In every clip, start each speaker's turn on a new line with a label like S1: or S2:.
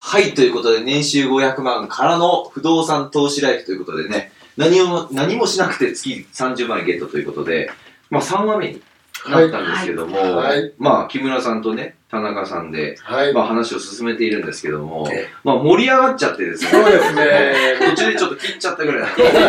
S1: はい、ということで、年収500万からの不動産投資ライフということでね、何を、何もしなくて月30万円ゲットということで、まあ3話目になったんですけども、
S2: はい
S1: まあ木村さんとね、田中さんで、
S2: はい。
S1: まあ話を進めているんですけども
S2: ええ、
S1: まあ盛り上がっちゃってですね、
S2: そうで すね。
S1: 途中でちょっと切っちゃったぐらいなんですけど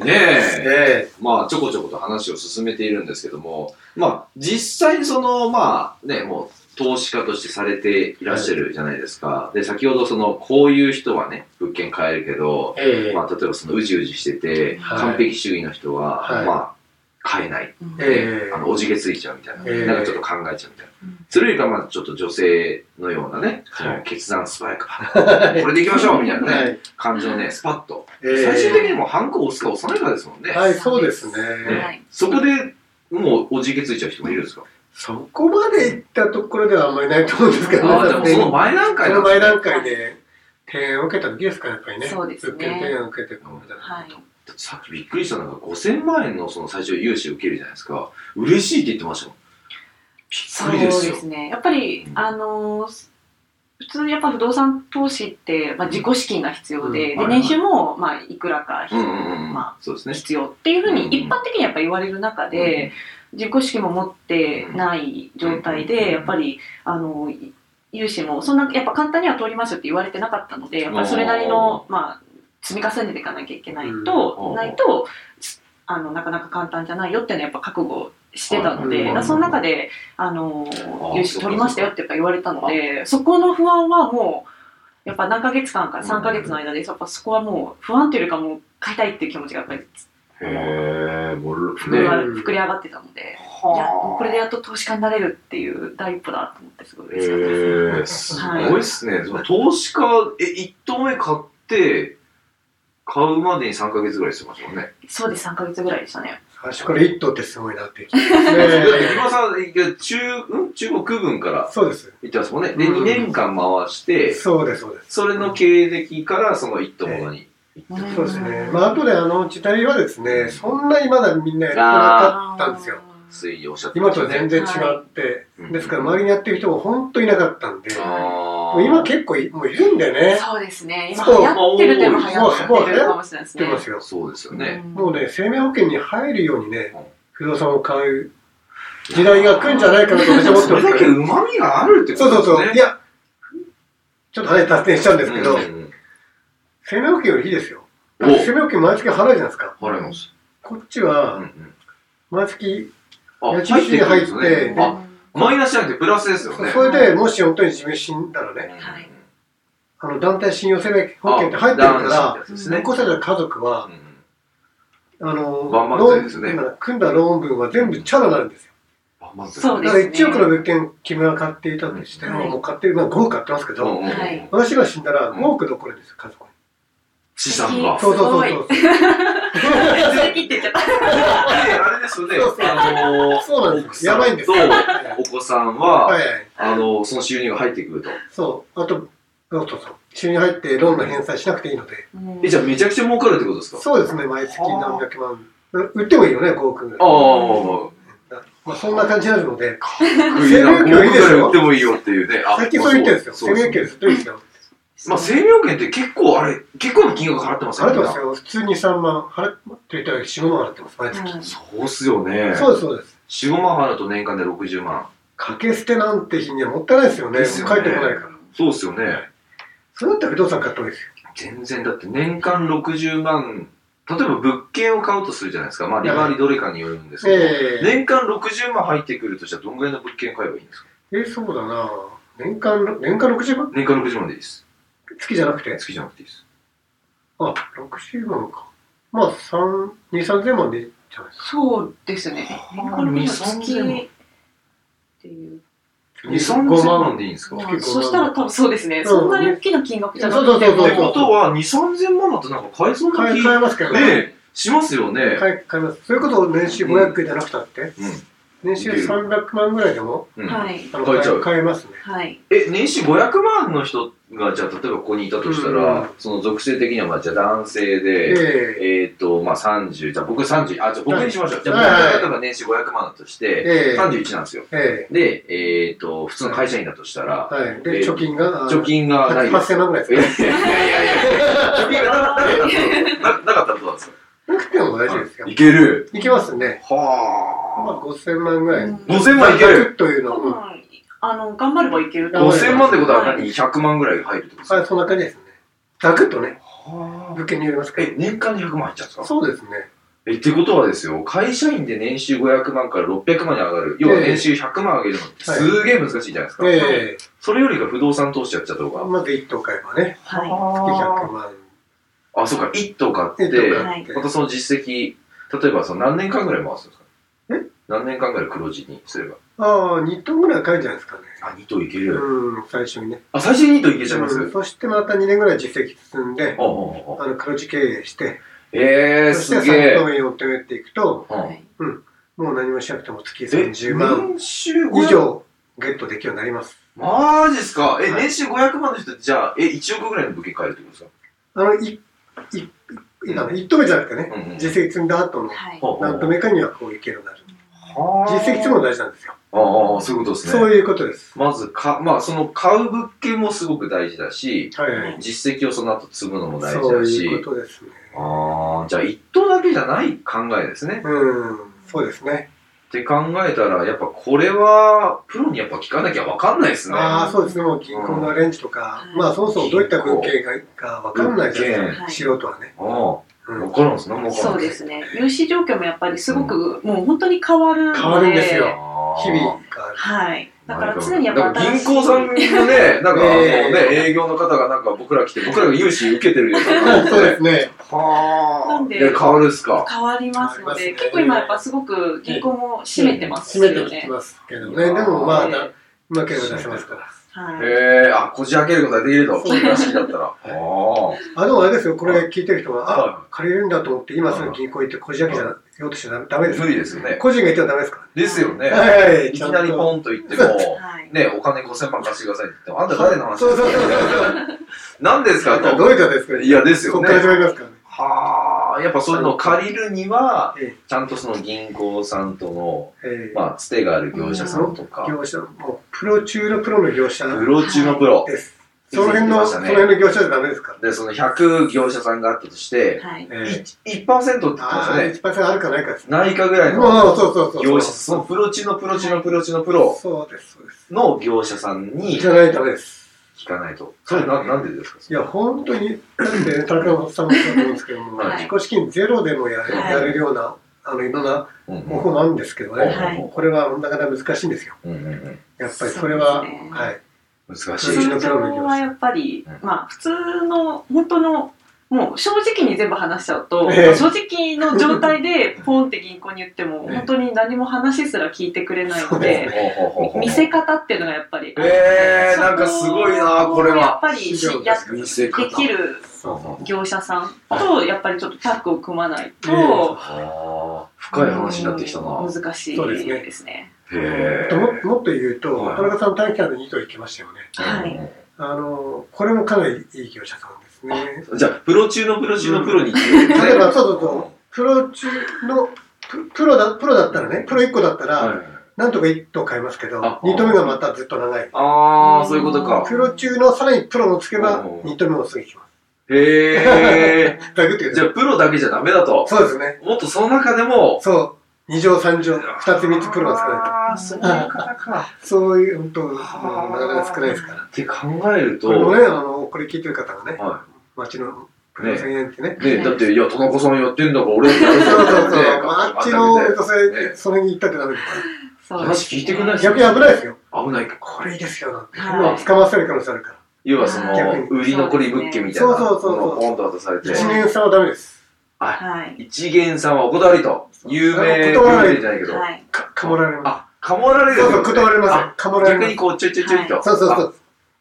S1: もねえ、
S2: え
S1: まあ、ちょこちょこと話を進めているんですけども、まあ、実際にその、まあ、ね、もう、投資家としてされていらっしゃるじゃないですか。で、先ほどその、こういう人はね、物件買えるけど、
S2: えええ
S1: まあ、例えばその、うじうじしてて、
S2: はい
S1: 完璧主義の人は、
S2: はい
S1: まあ、買えない。
S2: ええ
S1: あの、おじけついちゃうみたいな。
S2: ええ
S1: なんかちょっと考えちゃうみたいな。
S3: うん
S1: それよりか、まあ、ちょっと女性のようなね、そ
S2: は
S1: の
S2: い
S1: 決断素 早く、
S2: はい
S1: これでいきましょうみたいなね、
S2: はい
S1: 感じのね、スパッと。
S2: ええ
S1: 最終的にもう、ハンコを押すか押さないかですもんね。
S2: はい、そうですね。
S3: はい
S1: そこでもうおじけついちゃう人もいるんですか
S2: そこまで行ったところではあんまりないと思うんですけど
S1: ああ、でもその
S2: ね。
S1: 前段
S2: そ
S1: 階な
S2: の
S1: んで
S2: 前段階で、提案を受けた時ですから、やっぱりね。
S4: そうですね
S2: 物件提案を受けて、こうだ
S4: はい。
S1: すさっきびっくりしたのが5000万円のその最初融資を受けるじゃないですか。嬉しいって言ってましたもん。
S4: そう
S1: びっくり
S4: で
S1: ですよ。
S4: すね。やっぱり、
S1: うん
S4: あのー普通にやっぱ不動産投資って、まあ、自己資金が必要
S1: う
S4: で、
S1: ん
S4: で
S1: はいはい
S4: 年収も、まあ、いくらか必
S1: う
S4: 要,、
S1: んうんうん。
S4: ま
S1: そうです
S4: あ、
S1: ね。
S4: 必要っていうふう
S1: うん
S4: に一般的にやっぱ言われる中で、自己資金も持ってない状態で、
S1: うん
S4: やっぱりあのい融資もそんなやっぱ簡単には通りますよって言われてなかったのでやっぱりそれなりの、まあ、積み重ねていかなきゃいけないと、
S1: うん
S4: ないとあのなかなか簡単じゃないよっていうのはやっぱ覚悟してたので、
S2: うん
S4: だからその中であの
S1: あ
S4: 融資取りましたよってやっぱ言われたのでそこの不安はもうやっぱ何ヶ月間か3ヶ月の間でやっぱそこはもう不安というよりかもう買いたいっていう気持ちがやっぱり
S1: へぇー、ボル
S4: 膨れ
S1: ね。
S4: 上が
S2: うん
S4: 膨れ上がってたので。いやもう
S1: は
S4: これでやっと投資家になれるっていう第一歩だと思ってすごい
S1: へ
S4: 嬉しかったです。
S1: ー、すごいっすね。その投資家、え、一棟目買って、買うまでに3ヶ月ぐらいしてましたもんね。
S4: そうです、3ヶ月ぐらいでしたね。
S2: 最初から一棟ってすごいなって気がし
S1: だって 木
S2: ま
S1: 村さん、いや中、うん中国軍から
S2: すね。そうです。
S1: 行ってますもんね。で、
S2: うん
S1: 2年間回して、
S2: そうです、そうです。
S1: それの経歴からその一等物に。
S2: そうですね。まあ、あとで、あの、時代はですね、そんなにまだみんなやってなかったんですよ。
S1: 推移をおっしゃって
S2: 今
S1: まし
S2: と
S1: た
S2: は
S1: ね
S2: 全然違って、ですから周りにやってる人も本当いなかったんで、
S1: あ
S2: もう
S1: ー
S2: 今結構いもういるんでね、
S4: そうですね。今流
S2: そう
S4: 行ってるでも流行ってるかもしれないです
S2: 知っ
S4: ね
S2: て。ますよ。
S1: そうですよね。
S2: もうね、生命保険に入るようにね
S1: うん、
S2: 不動産を買う時代が来るんじゃないかなと私は思って
S1: そ
S2: ま
S1: れ
S2: す
S1: だ
S2: か
S1: け
S2: ら。
S1: 旨味があるってこ
S2: そう
S1: と
S2: そ
S1: で
S2: う
S1: すね。
S2: そう。いや、ちょっと話脱線しちゃうんですけど、
S1: うん
S2: 生命保険よりいいですよ。
S1: お
S2: だって生命保険毎月払うじゃないですか。
S1: 払います。
S2: こっち
S1: うんう
S2: は、
S1: ん
S2: 毎月、
S1: あ、
S2: 家賃
S1: 入ってくるんです
S2: 入って
S1: ね。あ、マイナスじゃなくてプラスですよね。
S2: それでもし本当に自分死んだらね、
S4: はい
S2: あの団体信用生命
S1: あ
S2: 保険って入ってるか
S1: ダウン
S2: ら、
S1: ですね。
S2: 残された家族は、
S1: うんうん
S2: あの、
S1: 万々
S2: ロ
S1: 歳
S2: ーン
S1: ですね
S2: 今組んだローン分は全部チャラになるんですよ。
S1: あまず
S4: そう
S2: だ
S4: で
S2: か
S4: す
S2: ら1
S4: ね
S2: 億の物件、木村買っていたとしても、
S4: はい
S2: もう買って、まあ5億買ってますけ
S1: うん
S2: ど、
S1: うんうん
S4: はい
S2: 私が死んだら
S1: うん
S2: 5億残るんですよ、家族に。
S1: 資産が。
S4: すご
S2: そ
S4: いう
S2: そうそうそう。
S4: 素敵って言っちゃった。
S1: であれですよね。
S2: そうそう
S1: あのー
S2: そうなんですよ。やばいんですよ。
S1: 奥さん
S2: はい
S1: とお子さんは、
S2: はいはい。
S1: あの、その収入が入ってくると。
S2: そう。あと、そうそうそう。収入入ってローンの返済しなくていいので。
S1: え、じゃあめちゃくちゃ儲かるってことですか
S2: そうですね、毎月何百万。売ってもいいよね、5億ぐら
S1: あ
S2: い。
S1: あ、
S2: まあ、そんな感じになるので、
S1: 生命保
S2: 生命保険はいいでしょ
S1: 言ってもいいよっていうね。あ
S2: 最近そう言ってるんですよ。
S1: そう
S2: 生
S1: そ
S2: 命
S1: う
S2: 保険ずっといいですよ。
S1: まあ、生命保険って結構あれ、結構の金額払ってますよ
S2: 払っ
S1: ね。
S2: てますよ。普通に3万払っていたら4、5万払ってます、毎月。
S1: そうっすよね。
S2: そうです、そうです。
S1: 4、5万払うと年間で60万。
S2: 掛け捨てなんて日にはもったいないですよね。
S1: ですよね
S2: 帰ってこないから。
S1: そうっすよね。
S2: それだったら不動産買った方がいいですよ。
S1: 全然、だって年間60万、例えば物件を買うとするじゃないですか。まあ、利回りどれかによるんですけど、
S2: ええ
S1: 年間60万入ってくるとしたらどんぐらいの物件買えばいいんですか
S2: えーそうだな年間、年間60万
S1: 年間60万でいいです。
S2: 月じゃなくて
S1: 月じゃなくていいです。
S2: あ、60万か。まあ、3、2、3000万でいいじゃないですか。
S4: そうですね。
S1: はあ
S4: 月っていう。
S1: 2、3千万でいいんですか
S4: ま
S1: っ
S4: あ
S2: 結構
S4: そしたら多分そうですね、
S2: ん
S4: そんなに大きな金額じゃな
S2: そ
S4: く
S2: う
S4: て
S2: そうそう
S1: て
S2: そう
S1: ことは、2、3千万だとなんか買えそうな
S2: 買い
S1: 気
S2: 買えますからね。
S1: ねしますよね。
S2: 買い買います。それこそ年収500円じゃなくたって、年収
S1: いける
S2: 300万ぐらいでも、
S1: うんうん
S4: はい
S2: あの
S1: 買えちゃう
S2: 買買えますね。
S4: はい
S1: え、年収500万の人が、じゃあ、例えばここにいたとした
S2: う
S1: ら
S2: ん、
S1: その属性的には、まあ、じゃあ男性で、
S2: ええ
S1: えっと、まあ30、じゃあ僕30、あ、じゃあ僕にしましょう。じゃ
S2: はい
S1: あ
S2: はい
S1: 僕が例えば年収500万だとして、
S2: ええ
S1: 31なんですよ。
S2: ええ
S1: で、えっと、普通の会社員だとしたら、
S2: はい。
S1: え
S2: で、
S1: え
S2: 貯金が、
S1: 貯金がないです。
S2: 8000万ぐらい
S1: い
S2: で
S1: や
S2: す
S1: い
S2: ね。
S1: やいやいや、貯 金がなかったらどうななかったらどうなんですか
S2: なくても大丈夫ですよ
S1: い。ける。
S2: いきますね。ま
S1: は
S2: あ、5000万ぐらい。
S4: うん
S1: あ。5000万いける。
S2: 100という
S4: 多
S2: のは、
S4: 分あの頑張ればいけると思います
S1: 5000万ってことは
S4: はい
S1: 何 ?100 万ぐらい入るってことですか
S2: はい、そんな感じですね。ざくっとね、
S1: はあ
S2: 物件によりますけ
S1: え、年間で100万入っちゃうんです
S2: ど。
S1: か
S2: そうですね。
S1: え、ってことはですよ、会社員で年収500万から600万に上がる、要は
S2: ええ
S1: 年収100万上げるのって
S2: はい
S1: すげえ難しいじゃないですか。
S2: ええ
S1: それよりか不動産投資やっちゃった方が。
S2: まず1棟買えばね、
S4: は
S2: 月100
S1: あ
S2: 万。
S1: ーあ、そうか、1棟買って、
S2: 1棟
S4: は
S2: 買
S4: い
S2: って
S1: ま。たその実績、例えばその何年間ぐらい回すんですか
S2: え
S1: 何年間ぐらい黒字にすれば。
S2: ああ、2棟ぐらい買えるんじゃないですかね。
S1: あ、2棟いける。
S2: うん、最初にね。
S1: あ、最初に2棟いけちゃいます、
S2: うんそしてまた2年ぐらい実績積んで
S1: あ、あああ
S2: あの、黒字経営して、
S1: ええー、
S2: そして
S1: すげえ
S2: 3。棟目に追ってめっていくと、
S1: うん
S4: い
S2: もう何もしなくても月
S1: え、
S2: 30万
S1: 年収
S2: 以
S1: 500
S2: 上ゲットできるようになります。
S1: マジっすかえ、
S2: はい
S1: 年収500万の人ってじゃあ、え、1億ぐらいの物件買えるってことです
S2: あの、い、い、い1棟目じゃなくてね、
S1: かうんうん。
S2: 実績積んだ後の
S4: はい
S1: ほうほう
S2: 何棟目かにはこういけるようになる。
S1: はあ
S2: 実績積むの大事なんですよ。
S1: ああ、そういうことですね。
S2: そういうことです。
S1: まずか、まあ、その買う物件もすごく大事だし、
S2: はいはい。
S1: 実績をその後積むのも大事
S2: そう
S1: だ
S2: いう
S1: し、
S2: ことですね。
S1: ああ、じゃあ一棟だけじゃない考えですね。
S2: うん、そうですね。
S1: って考えたら、やっぱこれは、プロにやっぱ聞かなきゃわかんないですね。
S2: ああ、そうですね。もう銀行のアレンジとか、
S4: うん
S2: まあそもそもどういった文系がかわかんないじゃないですか。
S4: はい
S2: 素人はね。
S1: ああ、
S2: うん
S1: わからんすね、わからん
S4: そうですね融資状況もやっぱりすごく、もう本当に変わるので
S2: 変わるんですよ
S1: ああ
S2: 日々がある。
S4: はいだから常にやっぱ
S1: なんか
S4: 新
S1: 銀
S4: しい
S1: 行さんのね、なんか、あの
S2: え
S1: ね、営業の方がなんか僕ら来て、僕らが融資受けてるような
S2: そうですね。
S1: は
S4: な
S1: あ
S4: ん。で
S1: え、変わるっすか。
S4: 変わります
S2: 変わり
S4: ので
S2: ますね
S4: 結構今やっぱすごく銀行も閉めてます
S2: 締めて
S4: よ
S2: き
S4: ね、
S2: ますけどね。でもまあ、
S4: は
S2: ないうまければ出せますから。
S1: へ
S4: はい
S1: え、あ、こじ開けることができると、
S2: そう
S1: 君らしいだったら。ああ。
S2: あ、でもあれですよ。これ聞いてる人は、
S1: は
S2: あ、借りれるんだと思って、今すぐ銀行行ってこじ開けじゃようとしちゃダメです
S1: 無。理ですよね。
S2: 個人が言ってはダメですか
S1: ですよね。
S2: らね。はい
S1: いきなり
S2: ン。
S1: ポンと言っても、
S4: はい
S1: ね、お金5000万貸してくださいって言っても、あんた誰の話
S2: そうそうそうそう。
S1: 何ですか
S2: どう
S1: と。
S2: いうことですか
S1: いや、です
S2: こ
S1: よ
S2: っ
S1: ね
S2: から。始まりますからね。
S1: はあ、やっぱそういうのを借りるには
S2: ええ、
S1: ちゃんとその銀行さんとの、
S2: えー
S1: まあ、つてがある業者さんとか、
S2: 業者、もうプロ中のプロの業者
S1: プロ中のプロ。
S2: です。その辺
S1: 気
S2: の、
S1: づ
S2: そ
S1: いてま
S2: の
S1: したね
S2: 辺の業者じゃダメですか
S1: で、その100業者さんがあったとして、
S4: はい
S2: ら。えー
S1: い1%って言ってま
S2: あ
S1: す
S2: あ、
S1: よね。
S2: 一発あるかないかですね。
S1: ないかぐらいの
S2: もう、そうそうそう。
S1: 業者、そのプロ中のプロ中のプロ中のプロ
S2: そうです、そうです。
S1: の業者さんに
S2: じゃないとダメです。
S1: 聞かないと。それな、なんでですか
S2: いや、本当に、だって、田中さんもそうだと思うんですけども、
S1: はい
S2: 自己資金ゼロでもやれ
S1: はい
S2: やれるような、あの、いろんな
S1: うんうん
S2: 方法なんですけどね。
S4: はい
S2: これはなかなか難しいんですよ。
S1: うんうんうん
S2: やっぱりそれは、
S4: そうですね
S2: はい。
S1: 難しい。
S4: 通常はやっぱり、
S1: うん
S4: まあ普通の本当のもう正直に全部話しちゃうと、
S2: ええ
S4: 正直の状態でポンって銀行に言っても、
S1: ええ
S4: 本当に何も話すら聞いてくれないの
S2: そう
S4: で、
S1: ほうほうほうほう
S4: 見せ方っていうのがやっぱり、
S1: えー、なんかすごいな、これ
S4: やっ
S1: は。
S4: ぱりしやっ
S1: 見せ方
S4: できる
S2: そうそう。
S4: 業者さんとやっぱりちょっとタッグを組まないと、
S2: ええ
S1: あー深い話になってきたな
S4: うん。難しい
S2: そうですね
S4: ですね。
S1: へ
S2: とももっと言うと、
S1: はい
S2: 田中さん短期間で2頭行きましたよね。
S4: はい
S2: あの、これもかなりいい業者さんですね。
S1: い。じゃあ、プロ中のプロ中のプロに行ってる
S2: 例えば、そうそうそう、プロ中の、ププロだ、プロだったらね、プロ1個だったら、
S1: はい
S2: なんとか1頭買いますけど、
S1: あ
S2: 2頭目がまたずっと長い。
S1: あー、そういうことか。
S2: プロ中のさらにプロをつけ
S1: う
S2: ば、
S1: ん
S2: 2頭目もすぐ行きま
S1: へ
S2: す。だけって
S1: ー。じゃあ、プロだけじゃダメだと。
S2: そうですね。
S1: もっとその中でも、
S2: そう。2乗、3乗、2つ、3つプロが少
S1: あー、そう
S2: ない。
S1: いう方か。
S2: そういう、本当、もうな
S1: はあ
S2: かなか少ないですから。
S1: って考えると、
S2: これもね、あの、これ聞いてる方がね、
S1: は
S2: 町のプロ1000円ってね
S1: い。ねだって、いや、田中さんやってんだから、俺もやる
S2: そうそうそう。
S1: ね
S2: あっちの、えっとそ
S1: ね
S2: れ、それに行ったってダメです
S4: そうです
S1: 話聞いてくれないです
S2: 逆に危ないですよ。
S1: 危ないか。
S2: これいいですよ、なんて。
S4: はい
S2: もう捕ませる可能性あるか
S1: 要はその
S2: 逆に、
S1: 売り残り物件みたいな
S2: そうそうそうそう
S1: ものをポンと渡されて
S2: ら。、一年差はダメです。
S4: はい。
S1: 一元さんはお断りと、有名
S2: 断られ
S1: じゃないけど、
S4: はい。
S2: か、かもられま
S1: あ、かもられる
S2: そうそう、断れません。
S1: あ
S2: かもられま
S1: 逆
S2: せ
S1: に
S2: ん。
S1: こう、ちょいちょいちょいと。
S2: そうそうそう。
S1: あ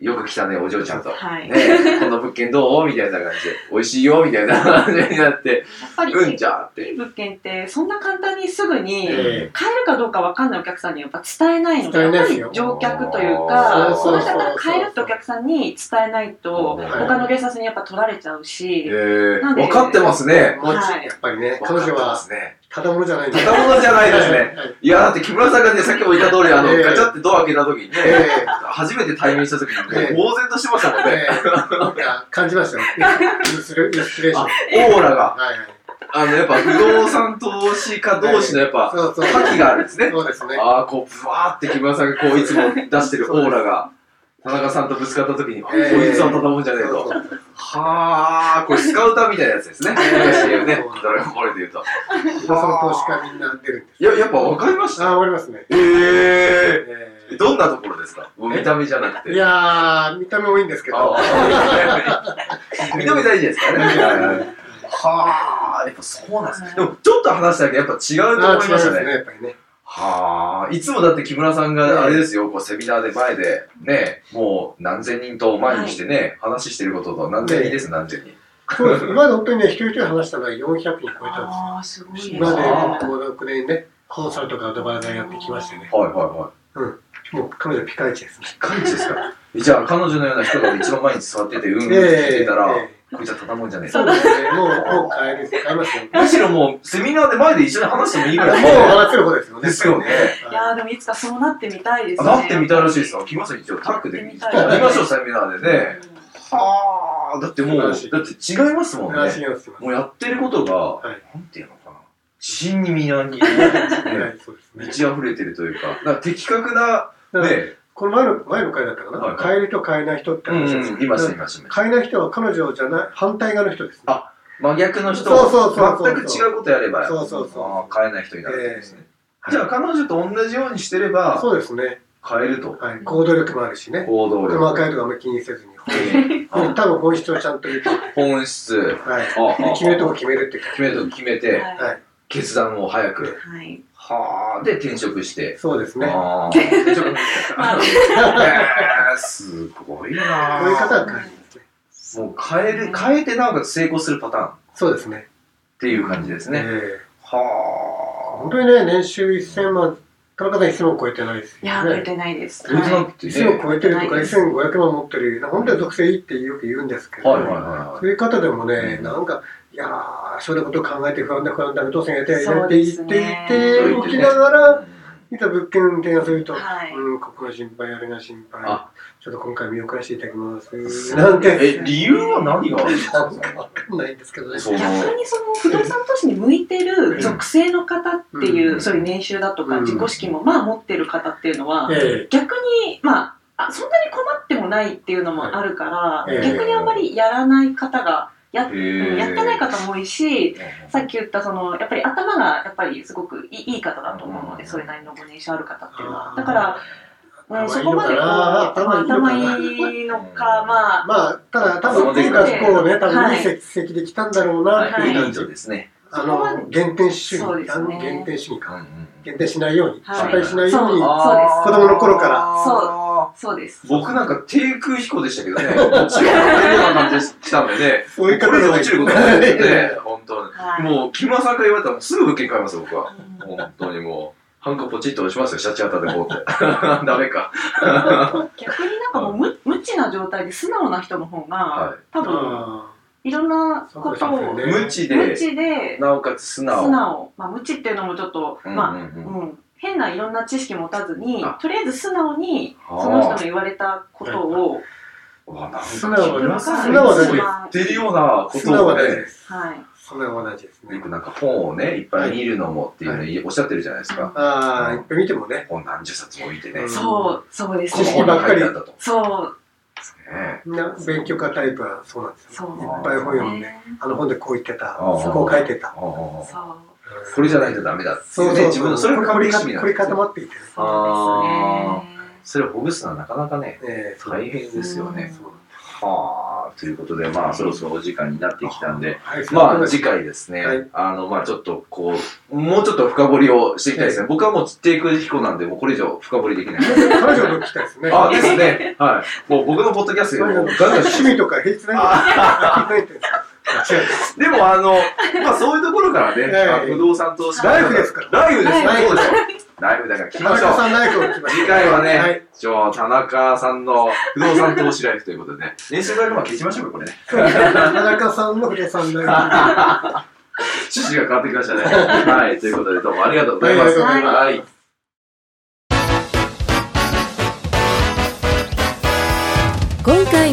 S1: よく来たね、お嬢ちゃんと。
S4: はい。やっ
S1: ね この物件どうみたいな感じで。美味しいよみたいな 感じになって。
S4: ぱり、
S1: うんじゃーっ
S4: い
S1: て。
S4: い物件って、そんな簡単にすぐに、買え
S2: え
S4: るかどうかわかんないお客さんにやっぱ伝えないので、
S2: 伝え
S4: やっ
S2: ない
S4: ぱ
S2: です
S4: り
S2: よ
S4: 乗客というか、
S2: そ
S4: そう
S2: そうそ
S4: の
S2: う
S4: 人だったら買えるってお客さんに伝えないと、
S2: ん
S4: 他の警察にやっぱ取られちゃうし、
S1: え
S4: なん
S1: ー、
S4: で
S1: わかってますね。
S2: もう
S4: はい
S2: やっぱりね、
S1: わ
S2: 彼
S1: かって
S2: 女
S1: ま
S2: は
S1: すね。
S2: ただものじゃないん
S1: ただものじゃないですね
S2: はい
S1: いや、だって木村さんがね、さっきも言った通り、あの、
S2: ええ
S1: ガチャってドア開けた時にね、
S2: ええ
S1: 初めて対面した時に、
S2: ええ
S1: 呆然としてましたもんね。
S2: ええなんか感じましたよ。ミスレミスレーション。
S1: あ
S2: は、
S1: オーラが。
S2: いはい。
S1: あの、やっぱ不動産投資家同士のやっぱ、
S2: そうそう。
S1: 覇気があるんですね。
S2: そうですね。
S1: ああ、こう、ぶわーって木村さんがこう、いつも出してるオーラが、田中さんとぶつかった時に、あこい
S2: ええ
S1: つはただもんじゃねえ
S2: そう
S1: と。
S2: そう
S1: はあ、これスカウターみたいなやつですね。昔言うね、ドラゴンボールで言うと。
S2: 不動産投資家みんな出るんです。
S1: いや、やっぱわかりまし
S2: あ
S1: た。
S2: あ、わかりますね。
S1: ええ
S2: ええ
S1: どんなところですかもう見た目じゃなくて。
S2: いやー、見た目もいいんですけど。
S1: あー見た目大事ですからね。はあ、やっぱそうなんですね。でも、ちょっと話したけど、やっぱ違うと
S2: あ
S1: 思
S2: ー
S1: い
S2: 違い
S1: ま
S2: ま
S1: し
S2: す
S1: た
S2: ね、
S1: ね。
S2: やっぱりね。
S1: はあ、いつもだって木村さんが、あれですよ、こうセミナーで前で、ね、もう何千人と前にしてね、話してることと何千人です、何千人。
S2: そうです。今まで本当にね、一人一人話したのが400人超えたんですよ。
S4: ああ、すごいですね。
S2: 今まで
S1: あー
S2: 5、6年ね、コンサルとかアドバイザーやってきましてね。
S1: はいはいはい。
S2: もう彼女ピカイチですね。
S1: ピカイチ ですかじゃあ、彼女のような人が一番前に座ってて、うんうんって言ってたら、こいつはただもんじゃねえ。
S2: そうですね。もう、もう買える、買えますよ。もう
S1: むしろもう、セミナーで前で一緒に話してもいいぐらいの。
S2: 話せる方ですよね。
S1: ですよね
S4: いやーでもいつかそうなってみたいです
S1: あ
S4: ね。
S1: なってみたいらしいですよ。木村さん一応タッグで行きましょう、セミナーでね。はあ、だってもう、だって違いますもん
S2: 話し
S1: ね。
S2: ようす
S1: もうやってることが、
S2: い
S1: なんていうのかな。自信にみなぎ、ね、
S2: はい、そうですね
S1: 満。ち溢れてるというか、なんか的確な、
S2: だから
S1: ね、
S2: この前の、前の回だったかな、
S1: はいはい
S2: 買える人買えない人って
S1: うん
S2: 話
S1: う
S2: です
S1: ん、いました、いました。
S2: 買えない人は彼女じゃない、反対側の人ですね。
S1: あ真逆の人
S2: そうそうそうそう
S1: 全く違うことやれば
S2: そうそうそう
S1: あー変えない人になるんですね、
S2: ええ
S1: じゃあ彼女と同じようにしてれば
S2: そうですね。
S1: 変えると
S2: はい。行動力もあるしね。
S1: 行動力
S2: 細かいとかあんまり気にせずに。
S1: う
S2: も うん多分本質をちゃんと言って、は
S1: 本質
S2: い。
S1: あああ
S2: で決めるとこ決めるっていう
S1: 決めるとこ決めて
S4: はい。
S2: はい。
S1: 決断を早く
S4: はい。
S1: はあで転職して
S2: そうですね。
S1: ああ転職えーすごいなあ
S2: こういう方は変えるんですね。
S1: もう変える変えてなおかつ成功するパターンっ
S2: そうですね。
S1: ていう感じですね、
S2: ええ
S1: は
S2: 本当にね、年収1000万、田中さん1000万超えてないです
S4: い
S2: よ
S4: やー、出
S2: ね。
S4: てないです。
S1: あ
S4: はい。
S1: てね
S2: 1000を超えてるとか
S4: ないです
S2: 1500万持ってる、本当は属性いいってよく言うんですけど、
S1: はいはいはい
S2: そういう方でもね、
S1: うん
S2: なんか、いやー、そういうことを考えて不安だ不安だ、どうせやりたい
S4: そ
S2: な
S4: う
S2: って
S4: で
S2: 言
S4: す
S2: っ
S4: ね
S2: ていて、起きながら、いざ物件運転をすると、
S4: はい
S2: うん、ここが心配、あれが心配
S1: あ、
S2: ちょっと今回見送らせていただきます。なんて、
S1: え理由は何があるんです
S2: わ
S1: か
S2: かんないんですけどね。
S1: その
S4: 逆にその不動産投資に向いてる属性の方っていうう、
S1: ん
S4: そういう年収だと
S2: う
S4: か
S2: ん
S4: 自己資金もまあ持ってる方っていうのは、
S2: え
S4: 逆に、まあ、あそんなに困ってもないっていうのもあるから、
S2: ええ
S4: 逆にあんまりやらない方がや,、
S1: へえ
S4: やってない方も多いしさっき言ったそのやっぱり頭がやっぱりすごくいいいい方だと思うのでそれなりのご年収ある方っていうのはだから、うん、そこまでこう
S2: 頭いいのかな
S4: 頭いいのか
S2: え
S4: まあ
S2: まあ、ただ、多分、
S1: そうです
S2: 文
S1: ね
S2: 化不幸をね、多
S4: は
S2: 分、い
S4: い
S2: い成績できたんだろうな、っ
S1: は
S2: て
S1: いい、
S2: う
S1: い
S2: 感
S1: い
S2: じ
S1: と。ですね。
S2: あ
S4: そこま
S2: の、減点主義
S4: そうで、すね
S2: あの減点主義か。
S1: 子
S2: 減点しないように、失
S4: はい
S2: 敗しないように、
S4: あ
S2: 子供の頃から
S1: そ
S4: そうです
S1: う。僕なんか低空飛行でしたけど ね。もちろん、ような感じで来たんでね。
S2: そういう
S1: こ
S2: 方
S1: れ以
S2: が
S1: 上
S2: 多い
S1: 落ちることないですね。 本当
S4: はい
S1: に。もう、木村さんから言われたらすぐ受け買います、僕は。
S4: うん
S1: 本当にもう。ハンコポチッと押しますよ、シャチハタでこうって。 ダメか。
S4: 逆になんかもう無無知な状態で素直な人の方が、
S1: は
S4: 多分
S2: あ
S4: いろんな
S2: ーそ
S4: こ
S2: う
S4: とを
S2: ですよね。
S1: 無知
S4: 無
S1: で、
S4: 知で
S1: なおかつ素直。
S4: 素直、まあ、無知っていうのもちょっと、
S1: うんうんうん。
S4: まあ、うん、変ないろんな知識持たずに
S1: あ
S4: とりあえず素直に
S1: あー
S4: その人の言われたことを、
S1: うわなんか
S2: 素直
S1: 木村
S2: は
S1: さん
S2: 素直は
S1: すごい言ってるようなこ
S2: 素直
S1: と
S2: は
S1: をね
S2: 大事。です。
S4: はい、
S2: 素直は大事ですね
S1: よ。くなんか本をね、いっぱい見るのもっていうのいおっしゃってるじゃないですか。
S2: ああ、いっぱい見てもね、
S1: 本何十冊置いてね
S2: う。ん
S4: そうそうです
S1: この
S2: 知識
S1: 本
S4: ね
S2: ばっ
S1: に書いてあったと。
S4: そう
S1: ね
S2: みんな勉強家タイプはそうなんです
S4: そ
S2: よ。
S4: う
S2: いっぱい本読んで、あの本でこう言ってた、
S1: あー
S2: こう書いてた。
S1: ああ
S4: そう
S1: これじゃないとダメだって
S2: そ
S1: いうう
S2: そ
S1: ね、
S2: う
S1: 自
S2: そう。
S1: 分の、それが
S2: こ
S1: 完
S2: れ
S1: 璧主
S2: こ
S1: 義
S2: れ
S1: なん
S2: 凝
S1: です
S2: り
S1: よ
S2: 固まっていてね。
S4: そう
S1: それをほぐすのはなかなかね、
S2: ええそう
S1: 大変ですよね。
S2: そう
S1: はあ、ということで、まあ、そろそろお時間になってきたんで、
S2: はい
S1: まあ、次回ですね、
S2: はい
S1: あの、まあ、ちょっと、こう、もうちょっと深掘りをしていきたいですね。僕はもう、テイク彦なんで、もうこれ以上深掘りできない。
S2: 彼女の聞きたいですね。
S1: あ、ですね。 はい。もう僕のポッドキャストよりもガンガン
S2: 趣味とか平気ないんですか違う。
S1: でもあ の、まあそういうところからね、
S2: はい
S1: まあ不動産投資家
S2: ライフですから
S1: ライフですよ
S2: は。い
S1: そうですよ。ライフだから聞き
S2: 田
S1: ましょ
S2: 中
S1: う。
S2: さんライフを聞きましょう
S1: 次回はね、
S2: はい。
S1: 一応田中さんの不動産投資ライフということでね、年収500万消しましょうか、これね。
S2: そうですね田中さんの不動産ライ
S1: 趣旨が変わってきましたね。はい、ということでどうもありがとうございます。
S2: はいあり
S4: がとうご
S1: はい。
S3: 今回